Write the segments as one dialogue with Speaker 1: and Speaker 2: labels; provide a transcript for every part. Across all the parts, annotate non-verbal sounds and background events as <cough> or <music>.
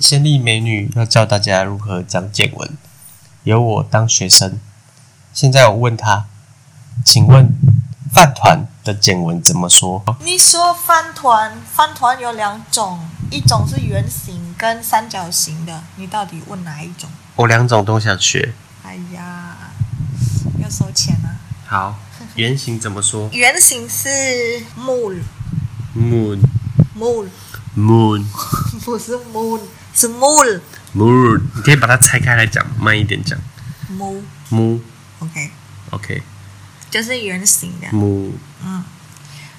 Speaker 1: 仙丽美女要教大家如何讲见闻，由我当学生。现在我问他，请问饭团的见闻怎么说？
Speaker 2: 你说饭团，饭团有两种，一种是圆形跟三角形的，你到底问哪一种？
Speaker 1: 我两种都想学。
Speaker 2: 哎呀，要收钱啊！
Speaker 1: 好，圆形怎么说
Speaker 2: 圆形是 moon
Speaker 1: ？Moon
Speaker 2: moon，
Speaker 1: moon
Speaker 2: 不是 moon，是 moon
Speaker 1: moon，你可以把它拆开来讲，慢一点讲。
Speaker 2: moon。
Speaker 1: Moon
Speaker 2: OK，
Speaker 1: OK
Speaker 2: 就是圆形的
Speaker 1: moon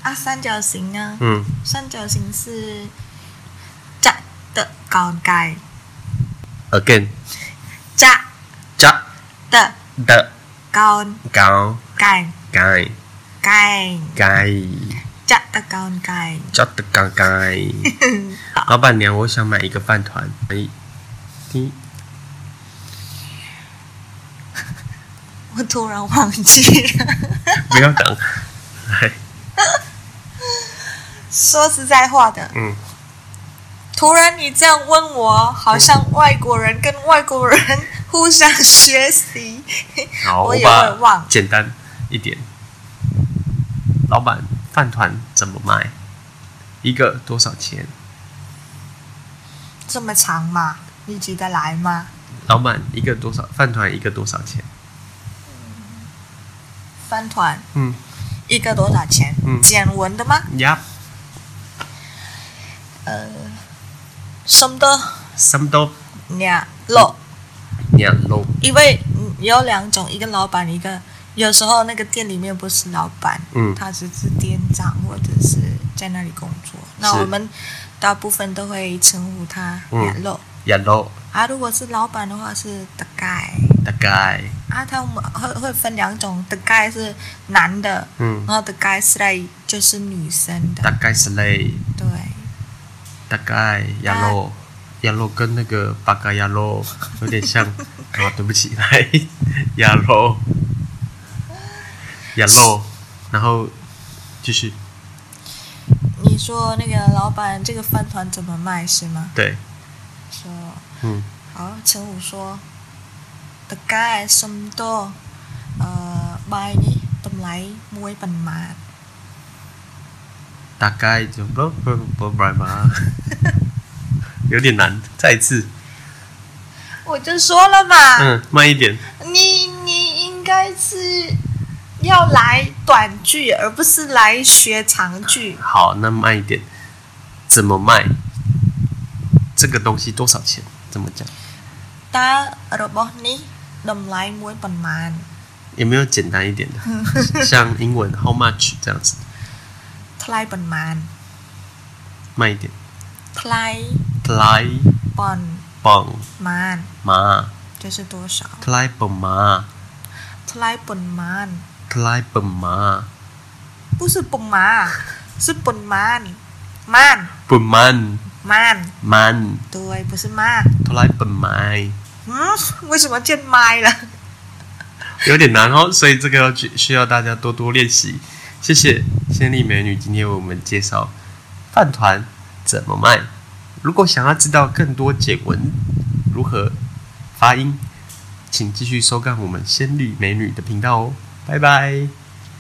Speaker 2: 啊。三角形呢？
Speaker 1: 嗯，
Speaker 2: 三角形是窄的高盖，
Speaker 1: again
Speaker 2: 窄
Speaker 1: 加
Speaker 2: 的
Speaker 1: 的
Speaker 2: 高
Speaker 1: 高
Speaker 2: 盖
Speaker 1: 盖
Speaker 2: 盖，
Speaker 1: 盖
Speaker 2: 窄的高盖。 <laughs>
Speaker 1: 加的高盖。老板娘，我想买一个饭团。哎，滴
Speaker 2: 我突然忘记了。 <laughs>
Speaker 1: 不要等。 <laughs> 哎
Speaker 2: 说实在话的，
Speaker 1: 嗯，
Speaker 2: 突然你这样问我，好像外国人跟外国人互相学习。
Speaker 1: 好，
Speaker 2: 我
Speaker 1: 我
Speaker 2: 也会
Speaker 1: 把
Speaker 2: 忘
Speaker 1: 简单一点。老板，饭团怎么卖？一个多少钱？
Speaker 2: 这么长吗？你记得来吗？
Speaker 1: 老板，一个多少？饭团一个多少钱？
Speaker 2: 饭团
Speaker 1: 嗯，
Speaker 2: 一个多少钱？
Speaker 1: 嗯
Speaker 2: 简文的吗？
Speaker 1: 呀，
Speaker 2: 呃，什么的
Speaker 1: 什么都
Speaker 2: 两肉，
Speaker 1: 两肉。
Speaker 2: 因为嗯有两种，一个老板，一个有时候那个店里面不是老板，
Speaker 1: 嗯
Speaker 2: 他只是店长或者是在那里工作。那
Speaker 1: 是
Speaker 2: 我们大部分都会称呼他
Speaker 1: 嗯
Speaker 2: 两肉。
Speaker 1: 羊肉
Speaker 2: 啊，如果是老板的话是大概
Speaker 1: 大概，
Speaker 2: 啊，他们会会分两种，大概是男的，
Speaker 1: 嗯
Speaker 2: 然，后大概是来就是女生
Speaker 1: 大
Speaker 2: 的，
Speaker 1: 概是类，
Speaker 2: 对，
Speaker 1: 大概羊肉，羊肉跟那个八嘎羊肉有点像。啊，对不起，来羊肉，羊肉，然后继续，
Speaker 2: 你说那个老板这个饭团怎么卖是吗？
Speaker 1: 对，
Speaker 2: 说
Speaker 1: 嗯，
Speaker 2: 好，陈武说大概什么多，呃，卖呢，本来卖本嘛，
Speaker 1: 大概就不不不不嘛，有点难，再一次，
Speaker 2: 我就说了嘛，
Speaker 1: 嗯，慢一点，
Speaker 2: 你你应该是要来短句，而不是来学长句。
Speaker 1: 好，那慢一点，怎么卖？这个东西多少钱？怎么讲？
Speaker 2: តើរបស់នេះតម្លៃមួយប៉ុន្មាន
Speaker 1: 有没有简单一点的？像英文 how much 这样子，
Speaker 2: ថ្លៃប៉ុន្មាន
Speaker 1: 慢一点。
Speaker 2: ថ្លៃ
Speaker 1: 来
Speaker 2: ប៉ុន្
Speaker 1: 帮
Speaker 2: មាន
Speaker 1: 忙，
Speaker 2: 就是多少
Speaker 1: 来帮忙，
Speaker 2: ថ្លៃប៉ុន្មាន
Speaker 1: 来帮忙，
Speaker 2: 不是ប៉ុន្មាន是ប៉ុន្មានម៉ាន
Speaker 1: 帮忙
Speaker 2: ម៉ាន
Speaker 1: 忙，
Speaker 2: 对不是ម៉ា
Speaker 1: 来帮忙，
Speaker 2: 嗯为什么见麦了
Speaker 1: 有点难哦，所以这个要去需要大家多多练习。谢谢仙丽美女，今天为我们介绍饭团怎么卖。如果想要知道更多简文如何发音，请继续收看我们仙丽美女的频道哦，拜拜。